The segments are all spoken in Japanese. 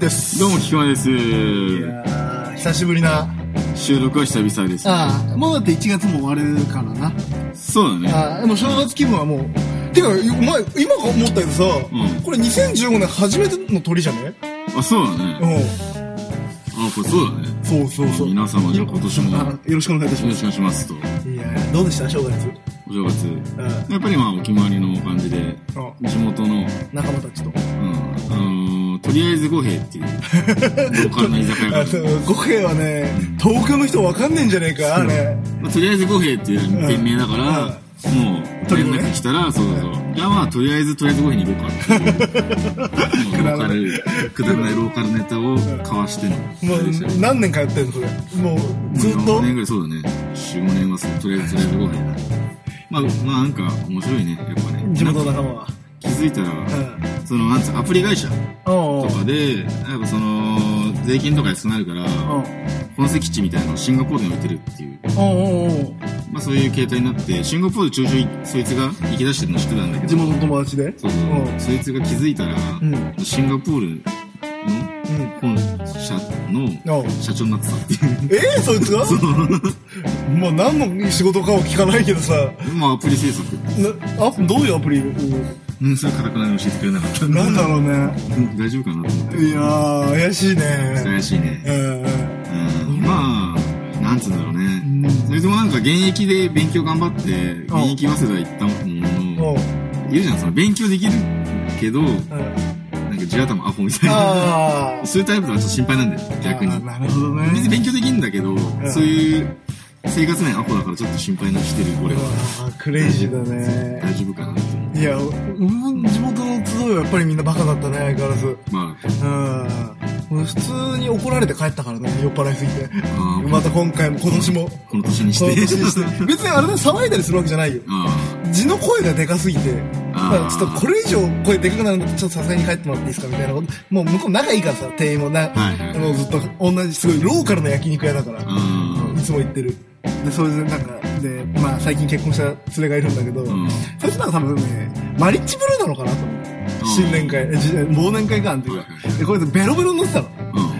きこですいやー久しぶりな。収録は久々ですああ、もうだって1月も終わるからな。そうだねああ、でも正月気分はもう。てか、お前、今思ったけどさ、うんこれ2015年初めての鳥じゃねあそうだねうあこれそうだねん。そうそうそう。皆様じゃあ今年もあよろしくお願いいたしよまろしくお願いしますとす。いやーどうでした正月。お正月うん。やっぱりまあお決まりの感じで地元の、うん、仲間たちと。あのーとりあえず五平 っていうローカルな居酒屋がああるの、五兵はね、東京の人わかんねえんじゃねえか、あれ。まあとりあえず五平っていう店名だから、もう、鳥連もね絡来たら、そうそうそう。いや、まあ、とりあえず、とりあえず五平に行こうかっていう。もうローカル、くだらないローカルネタを交わしての。もあれでしたよう、何年通ってんのそれ。もう、ずっ4と。年ぐらいそうだね。4、5年はそう、とりあえず、とりあえず五平。まあ、まあ、なんか、面白いね、やっぱね。地元のなんか仲間は。気づいたうら、ん。その、なんつう、アプリ会社おうおとうかで、やっぱその、税金とか安くなるから、うんこの席地みたいなのをシンガポールに置いてるっていう。おうおうおうまあそういう形態になって、シンガポール中々そいつが行き出してるの知ってたんだけど、地元の友達で。そうそうう、んそいつが気づいたら、んシンガポールのうん。本社おのう社長になってたっていう。 ええそいつがまあ何の仕事かは聞かないけどさ、まあアプリ制作。なあどういうアプリうん、それ硬くなり教えてくれなかった。 なんだろうね。うん大丈夫かなと思って。いやー、怪しいね。怪しいね。うんうん、まあ、なんつうんだろううね。ん。それともなんか現役で勉強頑張って、現おう役早稲田行ったもおのうの、いるじゃん、その勉強できるけど、なんかうん地頭アホみたいな。あーそういうタイプだとちょっと心配なんだよ、 逆にあー。なるほどね。別に勉強できるんだけど、んそういう生活面アホだからちょっと心配なしてる俺うわはークレイジーだね。大丈夫かなって思ういや、うん地元の集いはやっぱりみんなバカだったね、相変わらず。まあうん。普通に怒られて帰ったからね、酔っ払いすぎて。あーまた今回も今年も。この年にしこのて年にして。 別にあれだ、騒いだりするわけじゃないよ。 あ字の声がでかすぎて、あーまあ、ちょっとこれ以上声でかくなるんで、ちょっとさすがに帰ってもらっていいですかみたいなこと、もう向こう仲いいからさ、店員もな、はいはいあのずっと同じ、すごいローカルな焼肉屋だから、あうんいつも行ってる。で、それでなんか、で、まあ最近結婚した連れがいるんだけど、うんそいつなんか多分ね、マリッジブルーなのかなと思って。うん新年会、えじ忘年会かなんていうか。で、こいつベロベロに乗ってたの。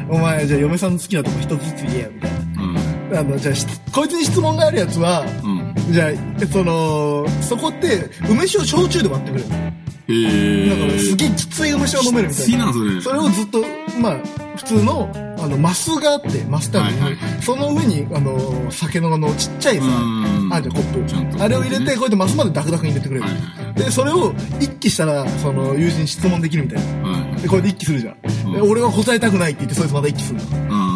お前、じゃあ嫁さんの好きなとこ一つずつ言えよ、みたいうんな。あの、じゃあし、こいつに質問があるやつは、うんうんじゃあ、その、そこって、梅酒を焼酎で割ってくれる。だへえから、すげえきつい梅酒を飲めるみたいな。なそれそれをずっと、まあ、普通の、あの、マスがあって、マスターに、はいはいその上に、あの、酒のあの、ちっちゃいさ、うんあるじゃん、コップ。ちゃんとあれを入れて、ねこうやってマスまでダクダクに入れてくれる。はいはいで、それを一気したら、その、友人に質問できるみたいな。はいで、こうやって一気するじゃん。でうん俺は答えたくないって言って、そいつまた一気するの。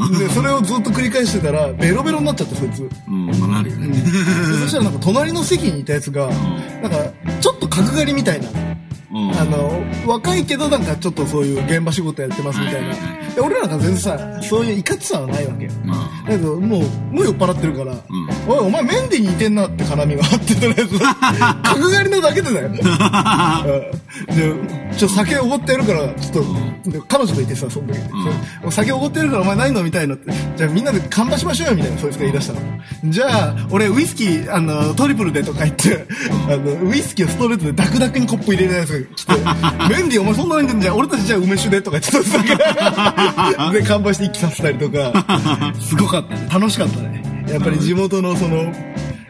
あで、それをずっと繰り返してたら、ベロベロになっちゃって、そいつ。ーうんまあなるよでねそしたらなんか隣の席にいたやつが、なんか、ちょっと角刈りみたいな。うんうんあの、若いけどなんかちょっとそういう現場仕事やってますみたいはないはいは。で俺らが全然さ、そういういかつさはないわけよ。まだけど、もう、もう酔っ払ってるから、うんおい、お前メンディーに似てんなって絡みがあってとりあえず、角刈りなだけでだよ。あうんで、ちょ、酒おごってやるから、ちょっうと、で彼女といてさ、その時、うお酒おごってやるからお前ないのみたいなって、じゃあみんなで乾杯しましょうよみたいな、そいつが言い出したの。じゃあ、俺ウイスキー、あの、トリプルでとか言って、あの、ウイスキーをストレートでダクダクにコップ入れるやつ が来て、メンディーお前そんなの飲んでんじゃん、俺たちじゃあ梅酒でとか言ってたで、乾杯して一気させたりとか、すごかったね。楽しかったね。やっぱり地元のその、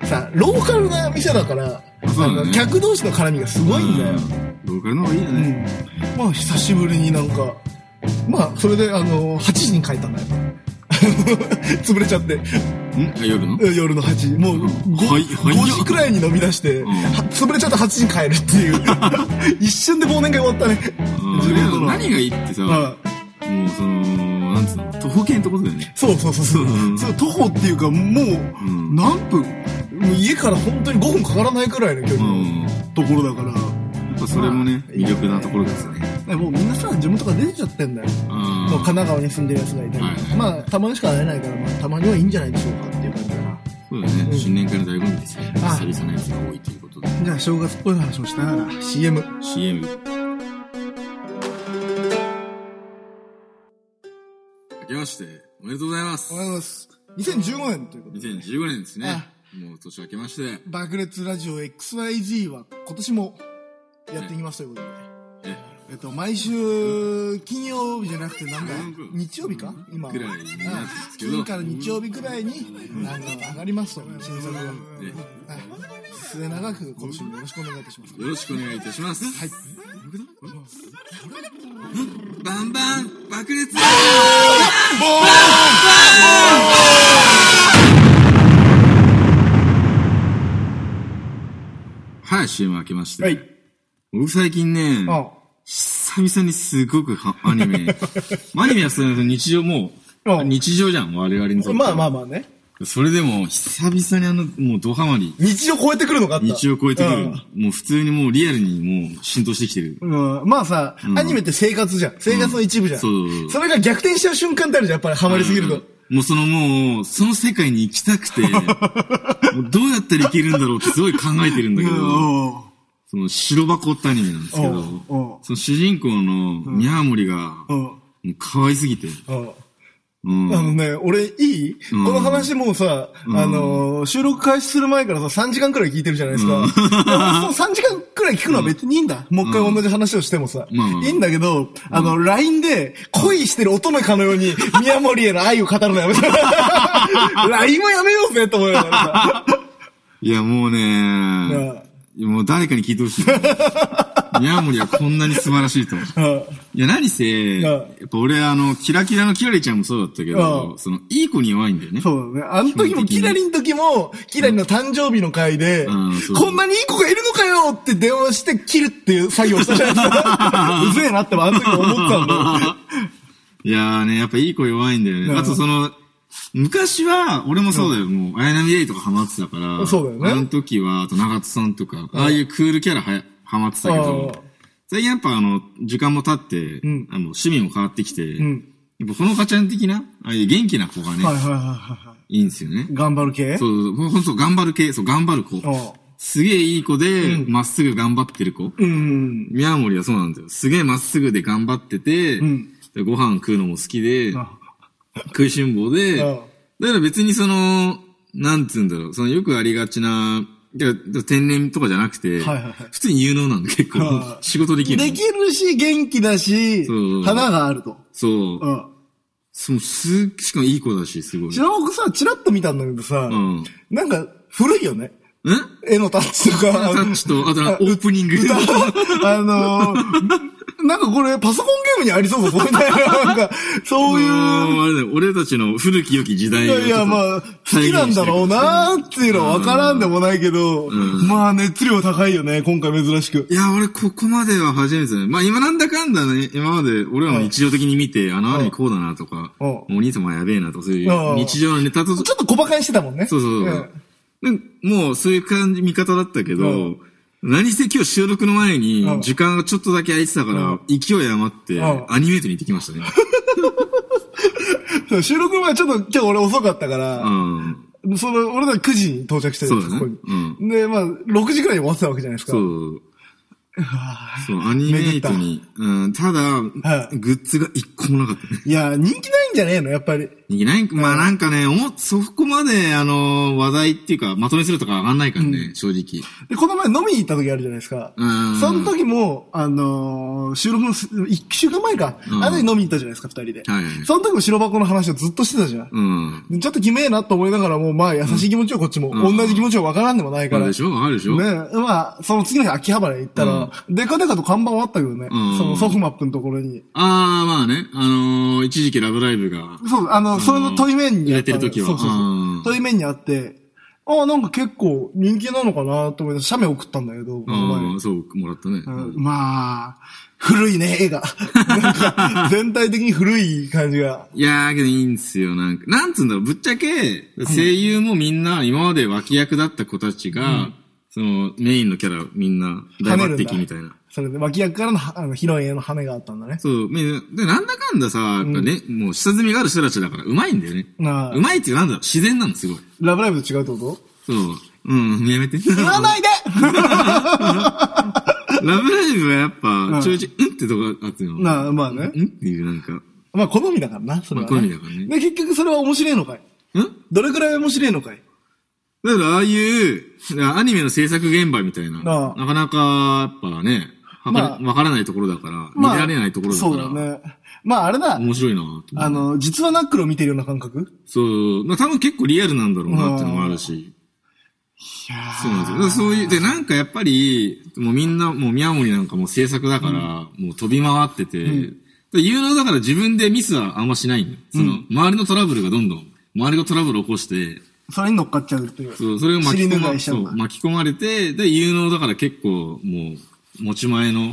さ、ローカルな店だから、そうだねあの客同士の絡みがすごいんだよ。ローカルの方がいいよねまあ久しぶりになんか、まあそれであの、8時に帰ったんだよ。 潰れちゃって、うんあ夜の夜の8時。もう 5, はいはい時くらいに飲み出して、んは潰れちゃって8時に帰るって いう。一瞬で忘年会終わったね。うん地元の何がいいってさうんもうその、なんつうの、徒歩圏ってことだよね。そうそうそうそううん。そう徒歩っていうかもう、ん何分、もう家から本当に5分かからないくらいの距う離のん。やところだから。っぱそれもね、魅力なところですよね。えもうみんなさ、地元から出てちゃってんだよ。あもう神あ。奈川に住んでるやつがいたりはいは、いまあ、たまにしか会えないから、まあ、たまにはいいんじゃないでしょうかっていう感じだな。そうだね、うん新年会の醍醐味ですよ。あ久々のやつが多いということで。じゃあ、正月っぽい話をしたなら、CM。 CM。明けまして、おめでとうございますお。はようございます。2015年ということで、 2015年ですねあ。もう年明けまして、爆裂ラジオ XYZ は今年もやっていきますということで、え、えっと、毎週、金曜日じゃなくて、なんだ、日曜日か今は。ぐらいになってますけど金から日曜日ぐらいに、あの、上がりますと、新作が。はい末永く、今週もよろしくお願いいたします。よろしくお願いいたします。はい。バンバン爆裂はい、CM 明けまして。はい。僕最近ね、あ久々にすごくはア ニメ。アニメはその日常もあう、日常じゃん、我々にとって。まあまあまあね。それでも、久々にあの、もうドハマり。日常超えてくるのかあった日常を超えてくる。うんもう普通にもうリアルにもう浸透してきてる。うん、まあさ、アニメって生活じゃん。生活の一部じゃん。うんそうれが逆転しちゃう瞬間ってあるじゃん、やっぱりハマりすぎると。うんもうそのもう、その世界に行きたく て、もうどうやったら行けるんだろうってすごい考えてるんだけど、その白箱ってアニメなんですけどおうおう、その主人公のミャーモリが、うもん。う可愛すぎて、うん。うん。あのね、俺、いい、んこの話もうさ、あのー収録開始する前からさ、3時間くらい聞いてるじゃないですか。でもその3時間くらい聞くのは別にいいんだ。もう一回同じ話をしてもさ。まあまあいいんだけど、あの、LINE で、恋してる乙女かのように、宮森への愛を語るのや めた。LINE もやめようぜと思いながら さ。いやもうね、もう誰かに聞いてほしい。 ミャーモリはこんなに素晴らしいと。うんいや、何せ、んやっぱ俺あの、キラキラのキラリちゃんもそうだったけうど、んその、いい子に弱いんだよね。そうだね。あの時も、キラリン時も、キラリンの誕生日の回で、うんそうこんなにいい子がいるのかよって電話して切るっていう作業をしたじゃないです か。うぜえなってあの時思ってたんだ。いやーね、やっぱいい子弱いんだようんね。あとその、昔は、俺もそうだよ、もう、綾波レイとかハマってたから、そうだよねあの時は、あと長津さんとか、ああいうクールキャラはやハマってたけどああ、最近やっぱあの、時間も経って、んあの趣味も変わってきて、んやっぱほのかちゃん的な、ああいう元気な子がね、、はいはいはいはいいんですよねい。。頑張る系そうそうそう、ほんほんと頑張る系、そう、頑張る子。ああすげえいい子で、まっすぐ頑張ってる子。うん。宮森はそうなんだよ。すげえまっすぐで頑張ってて、んでご飯食うのも好きで、あ食いしん坊で、うんだから別にその、なんつうんだろう、そのよくありがちな、いや天然とかじゃなくて、はいはいはい普通に有能なんで結構、うん仕事できでるの。きるし、元気だしそう、花があると。そう。うん。そうす、しかもいい子だし、すごい。ちなみに僕さ、チラッと見たんだけどさう、ん。んなんか、古いよね。絵のタッチとか。タッチと、あとなあオープニング。 あのー、なんかこれパソコンゲームにありそうぞ、これみたいな。なんか、そういう。もうあれだよ俺たちの古き良き時代いをやいや、まあ、好きなんだろうなーっていうのは分からんでもないけど、んまあ熱量高いよね、今回珍しく。いや、俺、ここまでは初めてだね。まあ、今なんだかんだね、今まで、俺らも日常的に見て、あの、アニメこうだなとか、うんお兄様やべえなとか、そういうんう日常のネタと、そうちょっと小馬鹿にしてたもんね。そうそう。なんかもう、そういう感じ、見方だったけど、何せ今日収録の前うにん、時間がちょっとだけ空いてたから、勢い余って、んアニメートに行ってきました ね。うん収録前ちょっと今日俺遅かったかうら、ん。その、俺ら9時に到着してるそうだねここにうで、まあ、6時くらいに終わってたわけじゃないですか。そう。そう、アニメートに。うん、ただ、はいグッズが一個もなかったね。いや、人気ないんじゃねえの、やっぱり。いない、まあなんかね、おも、そこまで、あの、話題っていうか、まとめするとか上がんないからね、正直。で、この前飲みに行った時あるじゃないですか。うんその時も、あのー収録のす一週間前か、うんあの時飲みに行ったじゃないですか、二人で。はいはいその時も白箱の話をずっとしてたじゃん。うん。でちょっときめえなと思いながらも、まあ優しい気持ちをこっちも、うん同じ気持ちをわからんでもないか。わからるねでしょわかるでしょ、まあ、その次の日秋葉原へ行ったら、でかでかと看板はあったけどね、うんそのソフマップのところに。ああ、まあね、あのー一時期ラブライブが、そう、あの、それの問い面にあったの入れてる時はそうそううんそう。問い面にあって、ああ、なんか結構人気なのかなと思って、写メ送ったんだけど、この前うん、そう、もらったね。うんまあ、古いね、絵が。なんか全体的に古い感じが。いやー、けどいいんですよ、なんか。なんつうんだろう、ぶっちゃけ、声優もみんな、今まで脇役だった子たちが、その、メインのキャラ、みんな、大抜擢みたいな。それで、脇役からのはあのヒロインへの羽があったんだね。そう、みんなで、なんだかんださ、やっぱね、もう下積みがある人たちだから、うまいんだよね。なあうまいっていうなんだろう、自然なの、すごい。ラブライブと違うってことそう。うん、やめて。言わないで ラブライブはやっぱ、ちょいちょい、うんってとこあっての。なあまあね。うんっていうなんか、まあ、好みだからな、それは、まあ好みだからねで、結局それは面白いのかいんどれくらい面白いのかいだからああいう、アニメの制作現場みたいな、ああなかなかやっぱね、わまかあわからないところだから、まあ見られないところだかそうらだ、ね。まああれだ、面白いなと思ってあの、実はナックルを見てるような感覚そう、まあ多分結構リアルなんだろうなってのもあるし、いやーそうなんですよ。だからそういう、で、なんかやっぱり、もうみんな、もう宮森なんかもう制作だから、もう飛び回ってて、で有能だから自分でミスはあんましないんだよ。その、周りのトラブルがどんどん、周りがトラブルを起こして、それに乗っかっちゃうっていう。そう、それを巻き尻拭込まいしちゃうそんだう巻き込まれて、で、有能だから結構、もう、持ち前の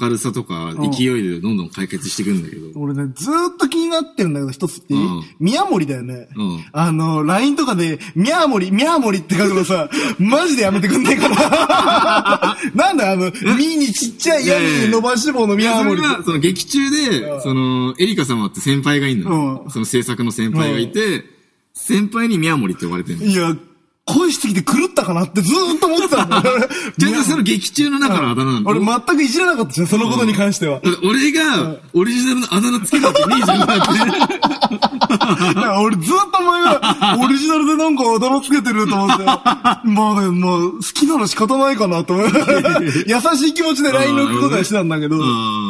明るさとか、うん勢いでどんどん解決していくんだけど。俺ね、ずーっと気になってるんだけど、一つっていい、うん宮森だよね。うんあの、LINE とかで、宮森、宮森って書くの さ、マジでやめてくんねえかな。なんだよあの、みにちっちゃい、いややいやいやに伸ばし棒のいや、宮そ森。れが、その劇中うんで、その、エリカ様って先輩がいるのうよん。その制作の先輩がいて、先輩に宮森って呼ばれてるの。いや、恋してきて狂ったかなってずーっと思ってたんだよ。俺 ちゃんとその劇中の中のあだ名なんだ。俺全くいじらなかったじゃん、そのことに関しては。だから俺が、オリジナルのあだ名つけたってねえじゃんだ って。だから俺ずっと前が、オリジナルでなんかあだ名つけてると思って、まあね、まあ、好きなら仕方ないかなと思って、優しい気持ちで LINE のことはしてたんだけど、うん。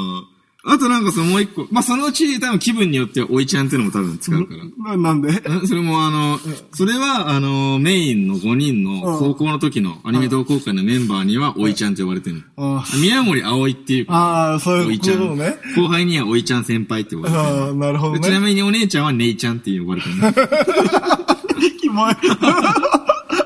あとなんかそのもう一個、まあ、そのうち多分気分によっては、おいちゃんってのも多分使うから。ななんでんそれもあの、それはあの、メインの5人の高校の時のアニメ同好会のメンバーには、おいちゃんって呼ばれてるあの。宮森葵っていうか、ああ、そうおいいうちゃことん。ね。後輩にはおいちゃん先輩って呼ばれてるああ、なるほどでちなね。みにお姉ちゃんは姉ちゃんって呼ばれてる の。キ モい。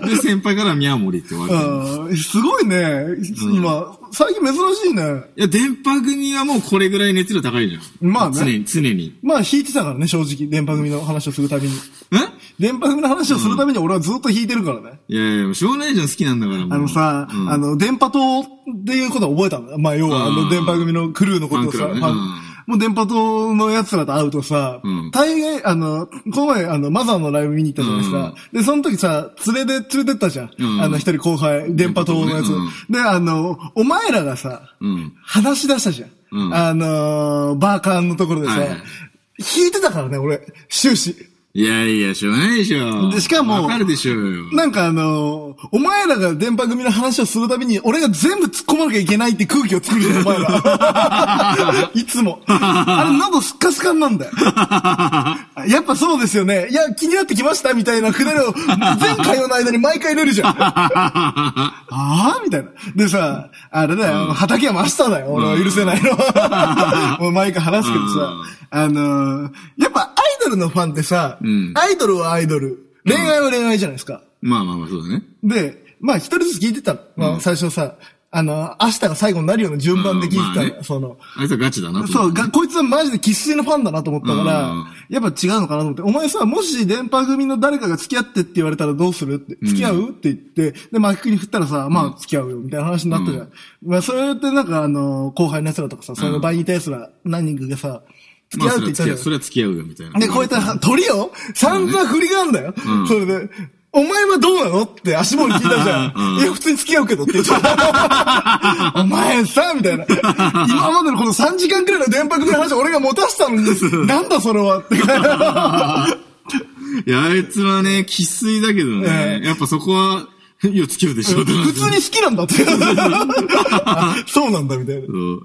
で、先輩からは宮森って呼ばれてるの。ああすごいね。今、最近珍しいね。いや、電波組はもうこれぐらい熱量高いじゃん。まあね常に、常に。まあ、引いてたからね、正直。電波組の話をするたびに。ん電波組の話をするたびに俺はずっと引いてるからね。いやいや、少年ジョン好きなんだからもう。あのさ、うんあの、電波塔っていうことは覚えたのまあ、要は、あうの、ん電波組のクルーのことをファさ、ンクラブねまあうんもう電波塔の奴らと会うとさ、うん大概、あの、この前、あの、マザーのライブ見に行ったじゃないですか。で、その時さ、連れで連れてったじゃん。うんあの、一人後輩、電波塔のやつ、電波塔ねで、あの、お前らがさ、うん。話し出したじゃん。うんあのー、バーカーのところでさ、はいはい弾いてたからね、俺、終始。いやいや、しょうがないでしょ。でしかもわかるでしょうよ。なんかあのーお前らが電波組の話をするたびに、俺が全部突っ込まなきゃいけないって空気を作るじゃん、お前 ら。いつも。あれ、喉すっかすかになんだよ。やっぱそうですよね。いや、気になってきましたみたいなくだりを、前回の間に毎回入れるじゃん。ああみたいな。でさ、あれだよ、畑はマスターだよ。俺は許せ ないの。もう毎回話すけどさ、あのーやっぱアイドルのファンってさ、んアイドルはアイドル、恋愛は恋愛じゃないですか。まあまあまあ、そうだね。で、まあ一人ずつ聞いてたの。まあ最初さ、あの、明日が最後になるような順番で聞いてたの、うんまあねその、あいつはガチだなと。そう、が、こいつはマジで生粋のファンだなと思ったから、うんやっぱ違うのかなと思って、お前さ、もし電波組の誰かが付き合ってって言われたらどうするって、付き合うって言って、で、マキクに振ったらさ、まあ付き合うよ、みたいな話になったじゃん。まあそれってなんかあの、後輩のやつらとかさ、その場合に対する何人かがさ、付きまあ、合うっそてれ言はった付きじ合ゃうんそ。れは付き合うよ、みたいな。で、こういった鳥よ散々振りがあんだよ、うんそれで、お前はどうなのって足もに聞いたじゃん。うんいや、普通に付き合うけどって言 っちゃった。お前さ、みたいな。今までのこの3時間くらいの電波組の話を俺が持たせたの に、なんだそれはって。いや、あいつはね、生粋だけどね。えやっぱそこは、いや、付き合うでしょ、って話普通に好きなん だって。あそうなんだ、みたいな。そう。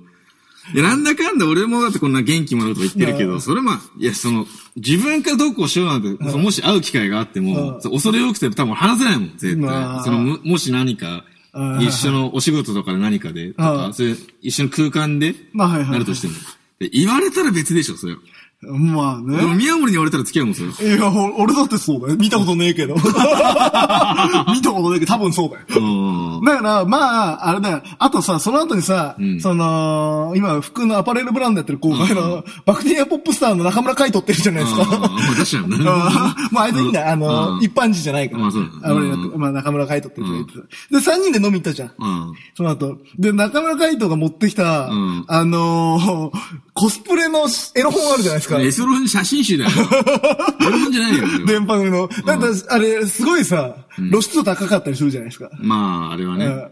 いや、なんだかんだ俺もだってこんな元気もらうとか言ってるけうど、それまあ、いや、その、自分からどうこうしようなんて、そのもし会う機会があってうんも、そう恐れ多くて多分話せないもん、絶まあ対。その、ももし何かうん、一緒のお仕事とかで何かで、とうかん、そういう一緒の空間で、まあはいはいなるとしても。で言われたら別でしょ、それは。まあでもね。宮森に言われたら付き合うもん、それは。いや、ほ俺だってそうだよ。見たことねえ けど。見たことねえけど、多分そうだよ。 うん。だから、まあ、あれだよ。あとさ、その後にさ、んその、今、服のアパレルブランドやってる後輩の、バクテリアポップスターの中村海人ってるじゃないですああ、まか。あ確かにな。 まあ、あいついいんだよ。あの、うん一般人じゃないから。まあそうだねあ俺やってうまあ、中村海人って言ってた。で、三人で飲み行ったじゃん。うん。その後。で、中村海人が持ってきた、うんあのーコスプレのエロ本あるじゃないですか。エソロン写真集だよ。エロ本じゃないよ。これは電波組の。だって、あれ、すごいさ、露出度高かったりするじゃないですか。まあ、あれはね。うん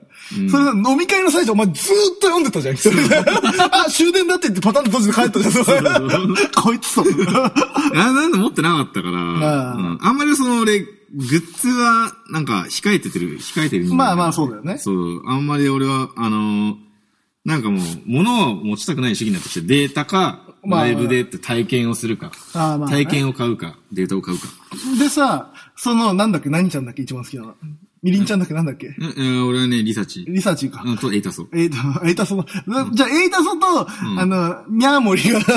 それさ飲み会の最初、お前ずーっと読んでたじゃん、一人で あ、終電だって言ってパタンと閉じて帰ったじゃん、 こいつと。 あなんだ持ってなかったから、あーうんあんまりその俺、グッズは、なんか、控えててる、控えてる人間まあまあそうだよねそう。あんまり俺は、あのーなんかもう、物を持ちたくない主義になってきて、データか、まあライブでって体験をするか、ああまあね体験を買うか、データを買うか。でさ、その、なんだっけ、何ちゃんだっけ、一番好きなの。みりんちゃんだっけ、なんだっけ。うんうん、俺はね、リサチ。リサーチか。うん、と、エイタソ。えいと、エイタソの、じゃあ、エイタソと、あの、ミャーモリが、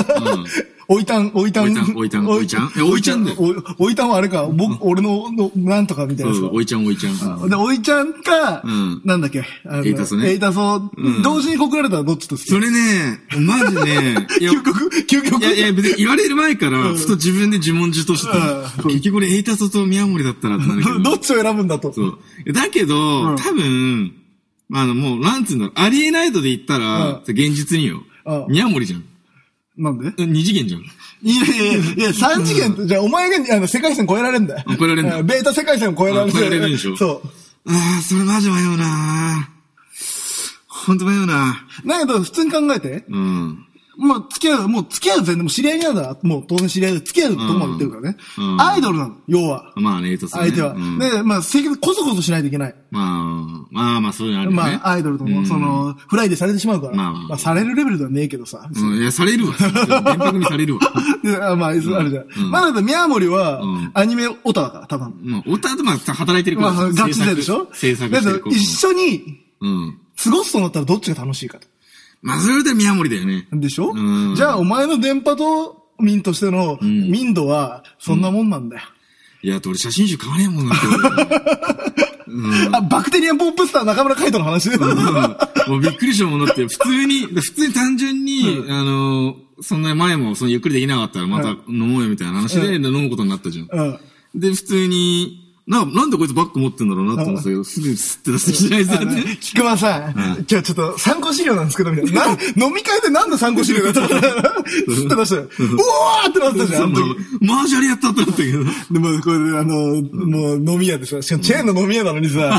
おいたん、おいたん。おいたんおいたんおいちゃんえおいちゃんだよおおいたんはあれか、僕、俺の、の、なんとかみたいなやそうつそかう、おいちゃんおいちゃん。で、おいちゃんか、うんなんだっけ、あのエイタソねエイタソ、同時に告られたらどっちと好きそれね、マジね、い や究極究極いやいや、別に言われる前から、ふと自分で自問自答してうた、結局俺、エイタソと宮森だったらってなるけど。 どっちを選ぶんだと。そう。だけど、ん多分、まああの、もう、なんつうんだろう、ありえないとで言ったら、うん現実にようん。宮森じゃん。なんで うん二次元じゃん。いやいやいや、いや、三次元って、じゃあお前が、あの、世界線超えられんだよ。あ超えられんだうベータ世界線を超えられあ超えられるでしょそああ、それマジ迷うなほんと迷うなう。だけど、普通に考えて。うん。もう付き合う、もう付き合う前でもう知り合いになるなら、もう当然知り合いで付き合うと思ってるからねうんう。んアイドルなの、要は。まあね、エイトさんね。相手はう。んまで、まあ、性格こそこそしないといけない。あ、まあまあ、そういうのあるよね。まあ、アイドルとも、うんそ、の、フライでされてしまうから。まあまあまあ、されるレベルではねえけどさ。うん、いや、さ れるわ。電白にされるわ。であまあ、あるじゃん。まあ、だって、宮森はん、アニメオタだから、多分。まあ、オタとまあ、働いてる子まだあ、ガチ勢でしょ制作してるだけ子ど一緒にうん。過ごすとなったらどっちが楽しいかと。まあ、それだったら宮森だよね。でしょうんじゃあ、お前の電波と、民としての、民度は、そんなもんなんだよ。いや、だって俺写真集買わねえもんなってあ、バクテリアンポップスター中村海斗の話。うんもうびっくりしたもんだって、普通に、普通に単純に、あのー、そんな前もそのゆっくりできなかったらまた飲もうよみたいな話で飲むことになったじゃん。うん。で、普通に、な、なんでこいつバッグ持ってんだろうなって思ってたけど、すぐ吸って出してきてないですよね。菊間さん、今日ちょっと参考資料なんですけど、みたいな。な飲み会でなんで参考資料だったの吸ってましたよ。うおーってなってた じゃん、あの時。そのマージャリやったってなったけでど。も、これ、あの、もう飲み屋でさ、しかもチェーンの飲み屋な のにさ、ずー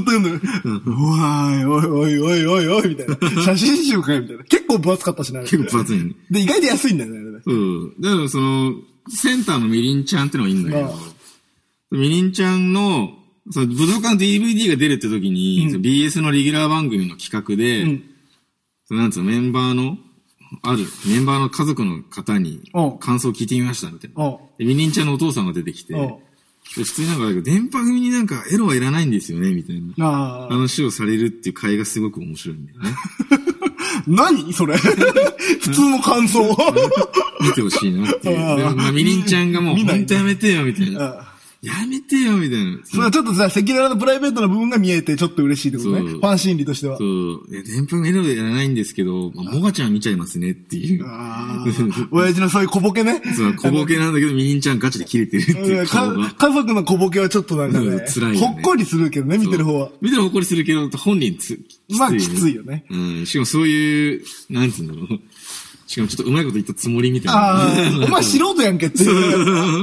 っと読んでる。うわーい、おいおいおいおいおい、みたい な。写真集かよ、みたいな。結構分厚かったしな。あれ結構分厚いね。で、意外と安いんだよね、あれね。うん。だからその、センターのみりんちゃんってのがいいんだけああど、みりんちゃんの、その武道館の DVD が出るって時に、その BS のレギュラー番組の企画で、うんそのなんつうの、メンバーの、ある、メンバーの家族の方にうん、感想を聞いてみました、みたいうんな。で、みりんちゃんのお父さんが出てきて、うんで普通になんかだけど、電波組になんかエロはいらないんですよね、みたいな。ああ。話をされるっていう会がすごく面白いんだよね。何 それ普通の感想。見てほしいなっていう。 ああでまあ、みりんちゃんがもう、見ほないねんとやめてよ、みたいな。あやめてよ、みたいな。それはちょっとさ、赤裸々のプライベートな部分が見えてちょっと嬉しいってことね。そうファン心理としてはそ。う。いや、電波がエロでやらないんですけど、まあ、モガちゃんは見ちゃいますねっていう。ああ。親父のそういう小ボケね。そう、小ボケなんだけど、みりんちゃんガチで切れてるっていう顔かが。家族の小ボケはちょっとなんかね、うん辛いよねほっこりするけどね、見てる方はそう。。見てる方向にするけど、本人つ、きつい、まあ、きつい。よね。うん。しかもそういう、なんつうんだろう。しかもちょっとうまいこと言ったつもりみたあいな。あ、お前素人やんけってい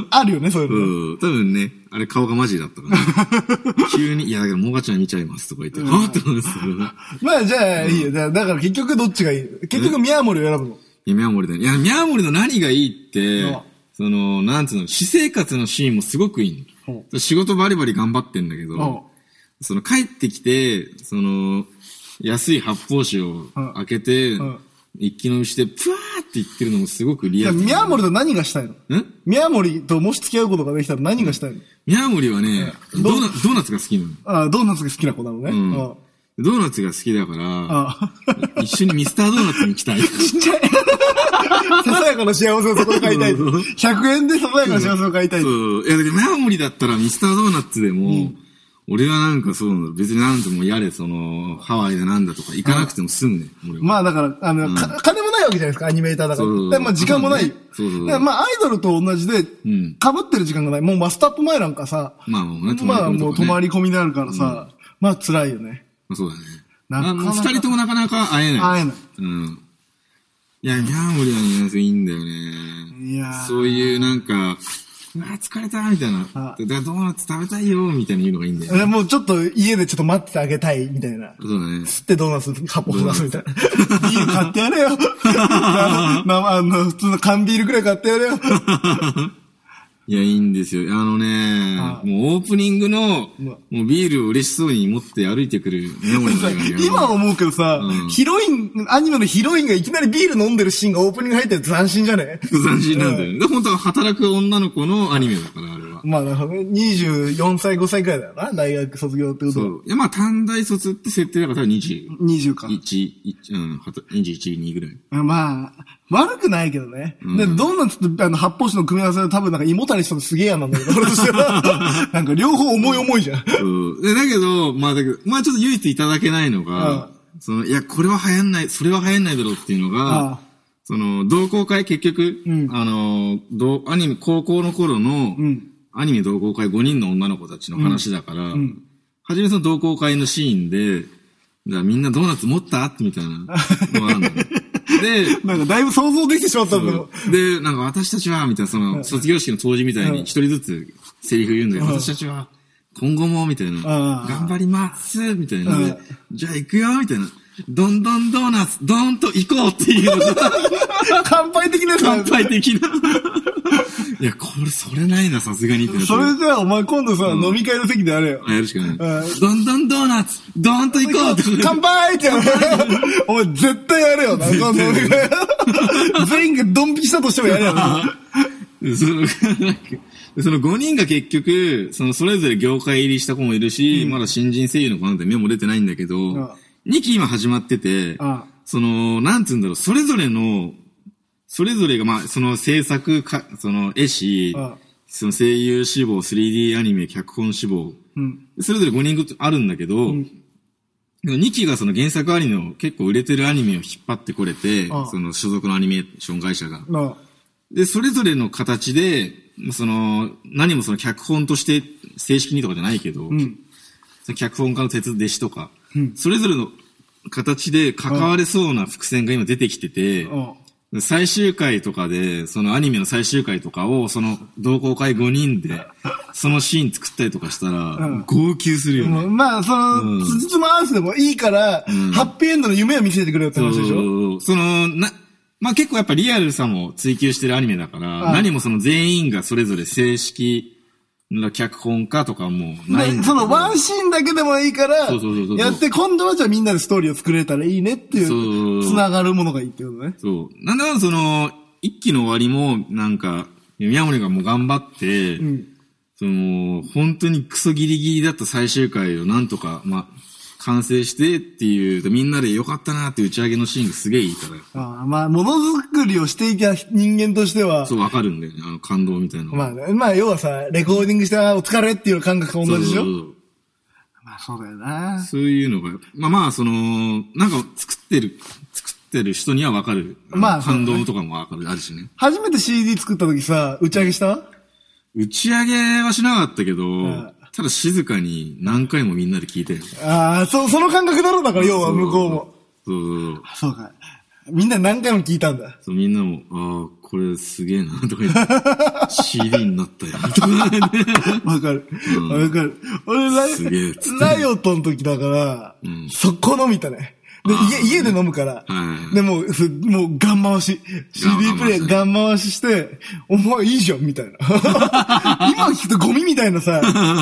う。あるよね、そういううの。ん。多分ね、あれ顔がマジだった から。急に、いや、だからモガちゃん見ちゃいますとか言って、ああって思いますけど。まあ、じゃあ、いいよ。じゃあ、だから結局どっちがいい結局、ミヤモリを選ぶの。いや、ミャーモリだね。いや、ミャーモリの何がいいってああ、その、なんつうの、私生活のシーンもすごくいいほの。仕事バリバリ頑張ってんだけど、その帰ってきて、その、安い発泡酒をうん開けてん、一気飲みして、プワーって言ってるのもすごくリじアゃあ、ル。ミヤモリと何がしたいのんミヤモリともし付き合うことができたら何がしたいのミャーモリはね、うんドーナドーナツが好きなの。ああ、ドーナツが好きな子なのね。んあドーナツが好きだかあ。ら、一緒にミスタードーナツに行きたい。ちっちゃい。 ささやかな幸せをそこで買いたいと。100円でささやかな幸せを買いたいと。そう。いや、だけど、ミャーモリだったら、ミスタードーナツでも、俺はなんかそうなの、別になんともやれ、その、ハワイだなんだとか、行かなくても済むね、俺は。まあだから、あの、か金もないわけじゃないですか、アニメーターだかそうそうそら。でうまあ時間もない。そうそうそうだからまあアイドルと同じで、被んってる時間がない。もうマスタップ前なんかさ、まあもうね、まあもう泊まりり込みになるからさ、まあ辛いよね。込みとかね。まあそうだね。なかなかあの二人ともなかなか会えない。会えないうん。いや、ミャーモリはね、いいんだよね。いやーそういうなんか、あー疲れたみたいな。だあからドーナツ食べたいよみたいな言うのがいいんだよね。でもうちょっと家でちょっと待っててあげたい、みたいな。そうだね。吸ってドーナツ、カポ出すみたいな。 ビール買ってやれよ。生、あの、普通の缶ビールくらい買ってやれよ。いや、いいんですよ。あのねは、いもうオープニングの、うもわうビールを嬉しそうに持って歩いてくる宮森さんがね 今思うけどさ、うんヒロイン、アニメのヒロインがいきなりビール飲んでるシーンがオープニング入ってるって斬新じゃね斬新なんだよね。で、本当は働く女の子のアニメだから、あれは。まあ、なるほどね24歳、5歳くらいだよな、大学卒業ってことそは。う。いや、まあ、短大卒って設定だから多分21、 20か。一うん、はた21、2ぐらい。まあ、悪くないけどね。でどんなちょっと、あの、発泡酒の組み合わせで多分なんか胃もたれしたのすげえ嫌なん だけど、俺としては。なんか両方重い重いじゃん。うん。で、だけど、まあ、だけど、まあ、ちょっと唯一いただけないのが、その、いや、これは流行んない、それは流行んないだろうっていうのが、あその、同好会結局、うんあの、同アニメ、高校の頃の、うんアニメ同好会5人の女の子たちの話だから、はじめその同好会のシーンで、だからみんなドーナツ持ったみたいなのが あるのよで、なんかだいぶ想像できてしまったんだよ。で、なんか私たちは、みたいな、その、卒業式の当時みたいに一人ずつセリフ言うんだよ。うん私たちは、今後も、みたいな。ん頑張ります、みたいなうねん。じゃあ行くよ、みたいな。どんどんドーナツ、ドーンと行こうっていうの が、乾杯的なやつ乾だ杯的な。いや、これ、それないな、さすがにってなって。それじゃあお前今度さ、飲み会の席であれよ。あやるしかない。うんどんどんドーナツ、ドーンと行こうって。乾杯ってやる。お前絶対やれよな。今度俺が全員がドン引きしたとしてもやれよな。その、なんかその5人が結局、そのそれぞれ業界入りした子もいるし、まだ新人声優の子なんて目も出てないんだけど、ああ2期今始まってて、ああその、なんつうんだろう、それぞれの、それぞれが、まあ、その制作か、その絵師、ああその声優志望、3D アニメ、脚本志望、うん。それぞれ5人ごとあるんだけど、2期がその原作アニメを結構売れてるアニメを引っ張ってこれて、ああその所属のアニメーション会社が。なあで、それぞれの形で、その、何もその脚本として正式にとかじゃないけど、んその脚本家の鉄弟子とか、それぞれの形で関われそうな伏線が今出てきてて、あ最終回とかで、そのアニメの最終回とかを、その同好会5人で、そのシーン作ったりとかしたらん、号泣するよね。まあ、その、つじつま合わせでもいいから、ハッピーエンドの夢を見せてくれよって話でしょそうその、な、まあ、結構やっぱリアルさも追求してるアニメだから、何もその全員がそれぞれ正式な脚本家とかもないんでだけどそのワンシーンだけでもいいからそうそうそうそ、うやって、今度はじゃあみんなでストーリーを作れたらいいねってい、そううつながるものがいいってことね。そう。なんだかんだその、一期の終わりも、なんか、宮森がもう頑張って、んその、本当にクソギリギリだった最終回をなんとか、まあ、完成してっていう、みんなでよかったなって打ち上げのシーンがすげえいいから、ああまあ、ものづくりをしていた人間としてはそ、うわかるんだよね、あの感動みたいなのが。まあね、まあ要はさ、レコーディングしたお疲れっていう感覚が同じでしょそうそうそうまあそうだよな。そういうのが、まあまあ、その、なんか作ってる、作ってる人にはわかる。まあ感動とかもわかる、あるしね。初めて CD 作った時さ、打ち上げした打ち上げはしなかったけど、んただ静かに何回もみんなで聞いてる。ああ、そ、その感覚だろうだから、要は向こうも。そうそうそそう。うか。みんな何回も聞いたんだ。そうみんなも、ああ、これすげえな、とか言って、CD になった よ、とか言ってわかる。わ、かる。俺ラすげえイ、ライオットの時だから、速攻飲み行ったね。で、家、家で飲むからは。いで、もう、すもう、ガン回し。CD プレイガン回しして、お前いいじゃん、みたい な。今聞くとゴミみたいなさ、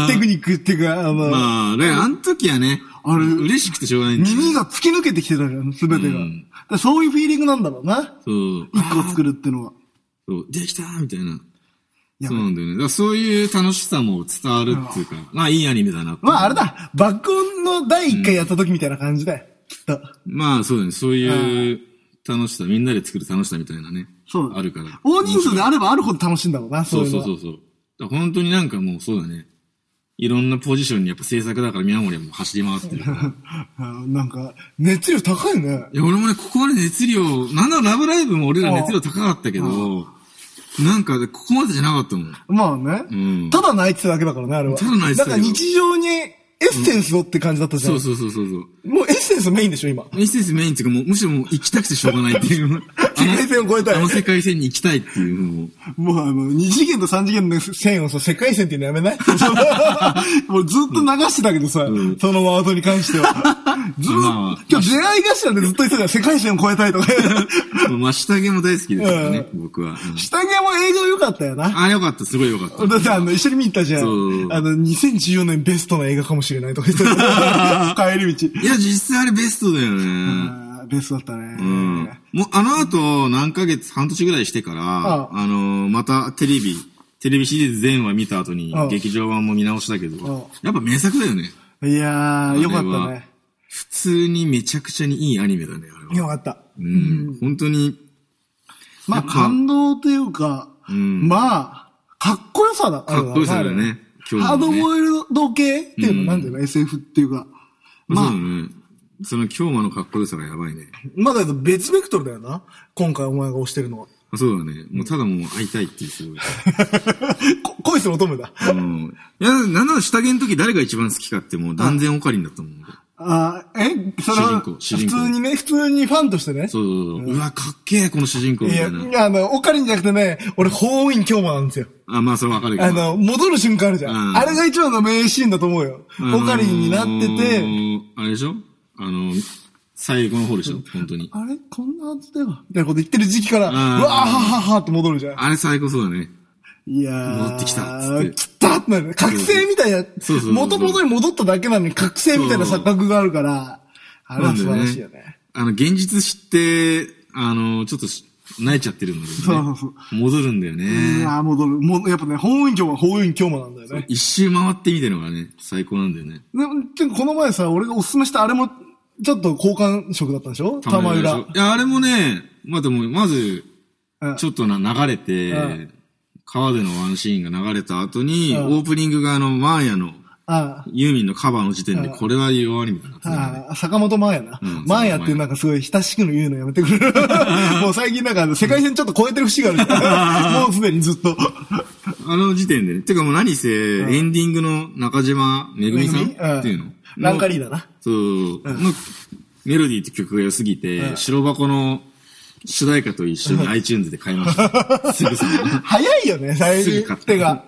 テクニックっていうか、あの、まあ、だからあの時はね、あれ嬉しくてしょうがないんですよ。耳が突き抜けてきてたじゃん、すべてが。うんだからそういうフィーリングなんだろうな。そう。一個作るってのは。そう、できたみたいな。やそうなんだよね。だからそういう楽しさも伝わるっていうか、まあいいアニメだなって。まああれだ、爆音の第一回やった時みたいな感じだよ。きっと。まあそうだね、そういう楽しさ、みんなで作る楽しさみたいなね。そうだあるから。大人数であればあるほど楽しいんだろうな、そそうういうのそうは。そうそう。だから本当になんかもうそうだね。いろんなポジションにやっぱ制作だから宮森はもう走り回ってるから。あなんか、熱量高いね。いや、俺もね、ここまで熱量、なんならラブライブも俺ら熱量高かったけど、なんかねここまでじゃなかったもん。まあね。うんただ泣いてただけだからね、あれは。ただ泣いてたよなんか日常にエッセンスをって感じだったじゃん。そうそうそうそうそう。もうエッセンスメインでしょ、今。ミステスメインっていうかもう、むしろもう行きたくてしょうがないっ ていう。世界線を超えたいあの世界線に行きたいっていうのを。もうあの、二次元と三次元の線をさ、世界線っていう のやめないもうずっと流してたけどさ、そのワードに関しては。ずっと、まあ今日出会い頭でずっと言ってたよ世界線を超えたいとか。まあ、下着も大好きですからね、僕は。うん下着も映画良かったよな。あ、よかった、すごいよかった。だってあの、一緒に見に行ったじゃん。そうあの、2014年ベストの映画かもしれないとか言ってた。 帰り道。いや、実際あれベストだよね。あーベストだったね。うん。もう、あの後、何ヶ月、半年ぐらいしてから、ああのーまたテレビ、テレビシリーズ全話見た後にあ、劇場版も見直したけど、やっぱ名作だよね。いやー、よかっあたれはね。普通にめちゃくちゃにいいアニメだね、あれよは。かった。うん。本当に、まあ、感動というか、んまあ、かっこよさだ。かっこよさだよね。あ今れは。ハー日ドのね。ボイルド系っていうの、うんなんていうの、SF っていうか。ままあ、あそう、だね。その京馬のかっこよさがやばいね。まだ別ベクトルだよな。今回お前が推してるのは。 あそうだね。もうただもう会いたいっていうすごい。こ恋する乙女だ。うん。いや、なんなら下着の時誰が一番好きかってもう断然オカリンだったもん。あーえそれは、主人公普主人公通にね、普通にファンとしてね。そうそうそう。うわ、かっけえ、この主人公みいたや、いな。あの、オカリンじゃなくてね、俺、法院京馬なんですよ。あ、まあ、それわかるけど。あの、戻る瞬間あるじゃん。うんあれが一番の名シーンだと思うよ。うん、オカリンになってて、あれでしょあの、最後の方でしょ本当に。あれこんなはずではみたいなこと言ってる時期から、ううんわーははははって戻るじゃん。あれ最高そうだね。いやー。戻ってきたっつって来たってなる。覚醒みたいなそうそう、元々に戻っただけなのに覚醒みたいな錯覚があるから、あれは素晴らしいよね。あの、現実知って、あの、ちょっとし、泣いちゃってるんだけそどうそねう。そう。戻るんだよいね。やー戻る。もう、やっぱね、法院京馬、法院京馬なんだよね。一周回ってみてるのがね、最高なんだよね。でも、ちょっとこの前さ、俺がおすすめしたあれも、ちょっと好感触だったでしょ玉でし浦ょ。いや、あれもね、まあでも、まず、うんちょっとな、流れて、うん川でのワンシーンが流れた後に、うんオープニングがあの、マーヤの、あユーミンのカバーの時点で、これは弱りみたいになってあ、たね。ああ、坂本真綾なうん。真綾っていうなんかすごい親しくの言うのやめてく れる。もう最近なんかあの世界線ちょっと超えてる節が ある。もうすでにずっと。あの時点でね。てかもう何せ、エンディングの中島めぐみさんめっぐみうんていうの。ランカリーだな。そう、のメロディーって曲が良すぎて、白箱の主題歌と一緒に iTunes で買いま した。すぐさま。早いよね、最すぐ近買った手が。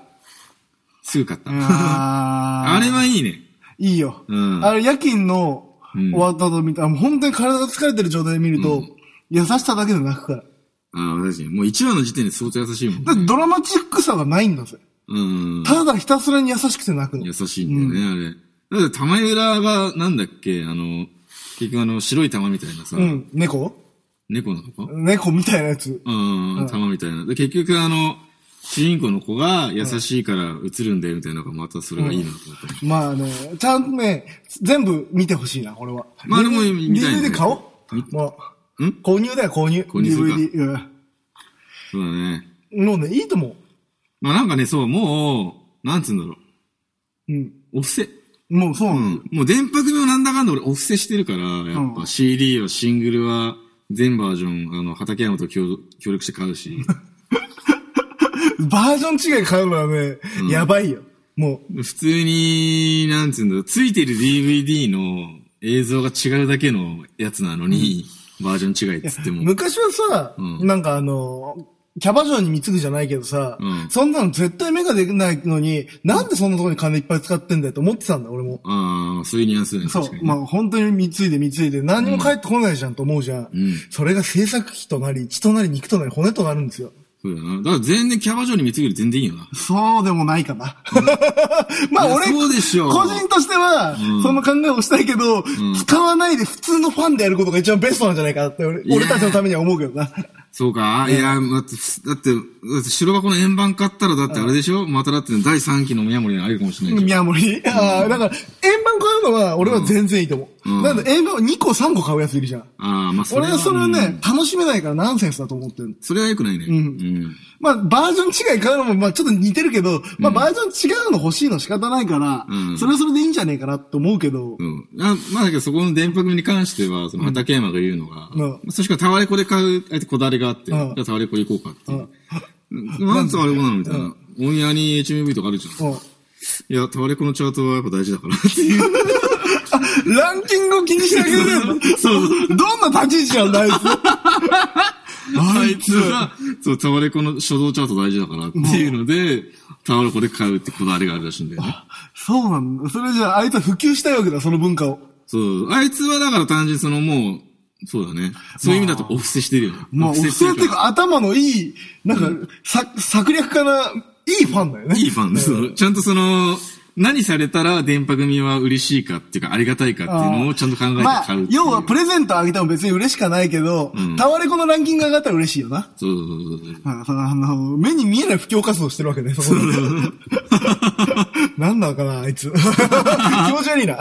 すぐ買った。ああれはいいね。いいよ。うんあれ夜勤のうん終わった後見た、もう本当に体が疲れてる状態で見ると、優しさだけで泣くから。ああ、確かに。もう1話の時点で相当優しいもんだっ ね。てドラマチックさがないんだぜ。うん。ただひたすらに優しくて泣くの。優しいんだよね、あれ。だって玉浦が、なんだっけ、あの、結局あの、白い玉みたいなさ、うん、猫猫なのか猫みたいなやつ。うん、玉みたいな。で、結局あの、主人公の子が優しいから映るんだよみたいなのがまたそれがいいなと思った。まあね、ちゃんとね、全部見てほしいな、これは。まあでも見たい DVD ねで買おうみ。もう。ん購入だよ、購入。購入するか DVD。そうだね。うん。もうね、いいと思まあなんかね、そう、もう、なんつうんだろう。うん。う。お布施。もうそうなうの。ん。もう電波組もなんだかんだ俺お布施してるから、やっうぱん CD はシングルは全バージョン、あの、畠山と協協力して買うし、バージョン違い買うのはね、やばいよ。も普通に、なんつうんだろう、ついてる DVD の映像が違うだけのやつなのに、バージョン違いっつってう、も。昔はさ、うんなんかあの、キャバ嬢に貢ぐじゃないけどさ、うんそんなの絶対目ができないのに、なんでそんなところに金いっぱい使ってんだよって思ってたんだ、俺も。ああ、そういうニュアンスだね。そ確かう。にねまあ本当に貢いで貢いで、何にも返ってこないじゃんと思うじゃん。んそれが制作費となり、血となり、肉となり、骨となるんですよ。そうだな。だから全然キャバ嬢に貢ぐより全然いいよな。そうでもないかな。 まあいや俺、そうでしょう個人としては、その考えをしたいけど、使わないで普通のファンでやることが一番ベストなんじゃないかって俺やー俺たちのためには思うけどな。そうかいや、だって、だって、だって白箱の円盤買ったらだってあれでしょまただって第3期の 宮森にあるかもしれないでしょ宮森。ああ、だから、円盤買うのは俺は全然いいと思う。うんなんで円盤を2個3個買うやついるじゃん。ああ、まあそれ俺はそれをうんね、楽しめないからナンセンスだと思ってる。それは良くないね。うんん。まあ、バージョン違い買うのも、まあ、ちょっと似てるけど、まあ、バージョン違うの欲しいの仕方ないから、うんそれはそれでいいんじゃねえかなと思うけど、うん。あまあだけどそこの電波組に関しては、その畠山が言うのが、うそしかタワレコで買う、あえてこだわりがあって、じうんゃあタワレコ行こうかっていう。うんなんでタワレコなのみたいな。オンエアに HMV とかあるじゃん。うんいや、タワレコのチャートはやっぱ大事だからっていう。ランキングを気にしてあげるやつどんな立ち位置なんだ、あい あいつは、そう、タワレコの初動チャート大事だからっていうので、タワレコで買うってこだわりがあるらしいんだよね。つ。そうなんだ。それじゃあ、あいつは普及したいわけだ、その文化を。そう。あいつはだから単純にそのもう、そうだね。そういう意味だとお布施してるよね。まあ、お布施っていうか、か頭のいい、なんか、さ、策略家な、いいファンだよね。いいファンです。そうちゃんとその、何されたら電波組は嬉しいかっていうか、ありがたいかっていうのをちゃんと考えてまあ買うって、いう。要はプレゼントあげても別に嬉しくはないけど、タワレコのランキング上がったら嬉しいよな。そうそうそうそう。あそのあの、目に見えない布教活動してるわけ ね、そこで。なんだかな、あいつ。気 持ち悪 いな。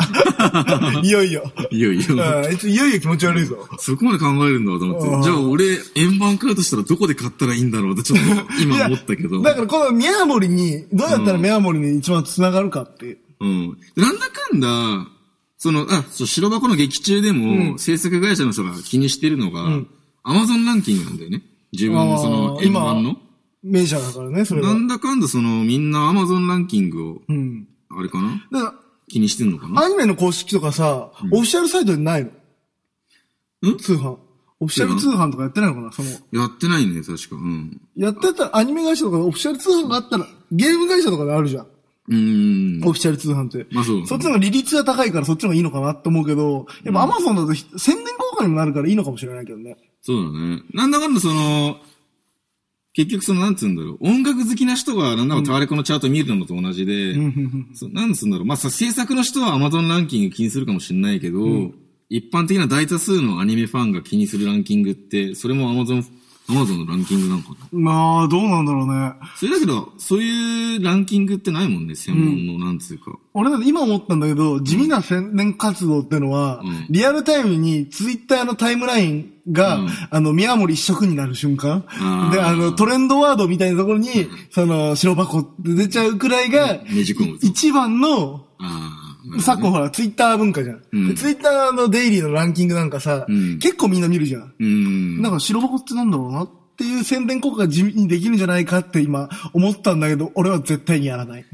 いよいよ。いよいよ。ああいつ、いよいよ気持ち悪いぞ。そこまで考えるんだと思あーって。じゃあ俺、円盤買うとしたらどこで買ったらいいんだろうってちょっ といや今思ったけど。だからこのミヤモリに、どうやったらミヤモリに一番繋がるかっていう。うん。でなんだかんだ、その、あ、そう、白箱の劇中でも、制作会社の人が気にしてるのが、アマゾンランキングなんだよね。自分のそのあ、ー円盤の。名車だからね、それなは。んだかんだその、みんなアマゾンランキングを、うん。あれかなだか、気にしてんのからなアニメの公式とかさ、オフィシャルサイトにないの。ん通販。オフィシャル通販とかやってないのかなその、やってないね、確か。うん。やってたら、アニメ会社とかでオフィシャル通販があったら、ゲーム会社とかであるじゃん。うーん。オフィシャル通販って。まあそうそっちの方が利率が高いからそっちの方がいいのかなって思うけど、やっぱアマゾンだとひ宣伝効果にもなるからいいのかもしれないけどね。そうだね。なんだかんだその、結局その、なんつうんだろう。音楽好きな人が、なんだかタワレコのチャート見るのと同じで、そうなんつうんだろう。まあさ、制作の人は Amazon ランキング気にするかもしれないけど、一般的な大多数のアニメファンが気にするランキングって、それも Amazon、Amazon のランキングなんかな。まあ、どうなんだろうね。それだけど、そういうランキングってないもんね、専門の、なんつうか。俺だって今思ったんだけど、地味な宣伝活動ってのは、んリアルタイムにツイッターのタイムラインが、うんあの、宮森一色になる瞬間あーで、あの、トレンドワードみたいなところに、その、白箱って出ちゃうくらいが、ねじ込むと。一番の、ああ、昨今ほら、ツイッター文化じゃん。んでツイッターのデイリーのランキングなんかさ、ん結構みんな見るじゃん。うーん。なんか白箱ってなんだろうなっていう宣伝効果が地味にできるんじゃないかって今思ったんだけど、俺は絶対にやら ない。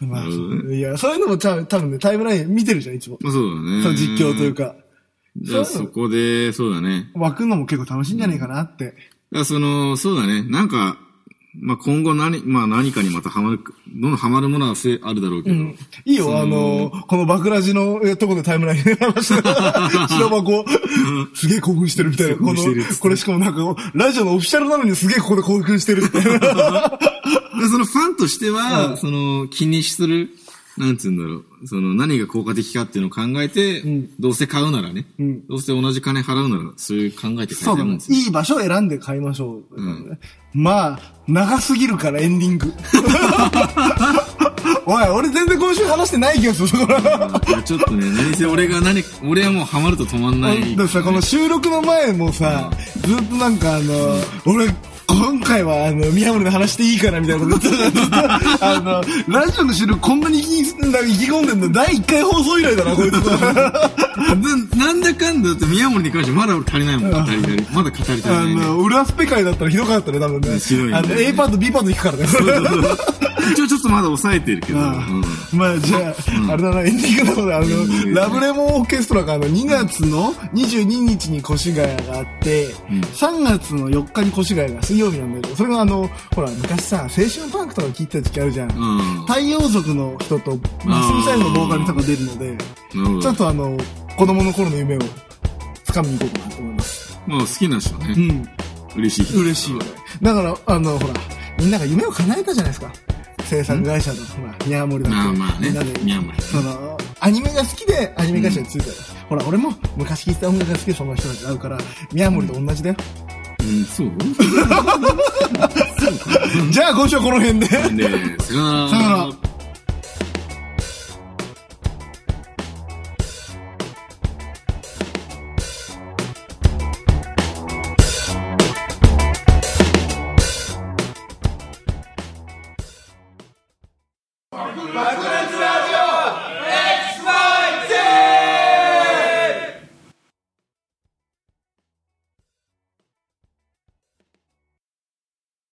まあ、いや、そういうのもちゃ多分ね、タイムライン見てるじゃん、いつも。まあそうだね。そう実況という。か。じゃあそこで、そうだね。湧くのも結構楽しいんじゃないかなって。だからその、そうだね。なんか、まあ、今後何、まあ、何かにまたハマる、どのハマるものはせあるだろうけど。いいよ、あの、この爆ラジのえとこでタイムライン で話してた。白箱、すげえ興奮してるみたいな。興こ奮してるっつっての、これしかもなんか、ラジオのオフィシャルなのにすげえここで興奮してるみ たいな。でそのファンとしては、その、気にする、なんつうんだろう。その、何が効果的かっていうのを考えて、どうせ買うならね、んどうせ同じ金払うなら、そういう考えてそ買だいうたいもんねですよ。いい場所を選んで買いましょう。まあ、長すぎるからエンディング。 おい、俺全然今週話してない気がする。いやちょっとね、何せ俺が何、俺はもうハマると止まんない。でさ、この収録の前もさ、ずっとなんかあの、俺、今回はあの、宮森の話していいからみたいなことずっとあの、ラジオの収録こんなに意気なんか意気込んでんの第1回放送以来だな、こ いつ。ななんだかんだだって宮森に関してまだ俺足りないもん、語り足りまだ語り足りあないね。の、裏スペ会だったらひどかったね、多分ね。ひどいねあの、A パート、B パート行くからね。一応ちょっとまだ抑えてるけど。うんまあじゃあ、あれだな、エンディングなので、あンディンの、グラブレモンオーケストラがあの、2月の22日に越谷があって、3月の4日に越谷が水曜日なんだけど、それがあの、ほら、昔さ、青春パンクとか聞いてた時あるじゃん。うん太陽族の人と、マスミサイルのボーカルとか出るので、なるほちょどっ。とあの、子供の頃の夢を掴みに行こうかなと思います。まあ好きな人はうね、ん。嬉しい。嬉しいよね。だから、あの、ほら、みんなが夢を叶えたじゃないですか。制作会社の、ほら、宮森だって、まあまあねみんなで、宮森。その、アニメが好きでアニメ会社についた、ほら、俺も昔聴いてた音楽が好きでその人たちに会うから、宮森と同じだよ。うん、そうじゃあ今週はこの辺で。さよで、さよななら。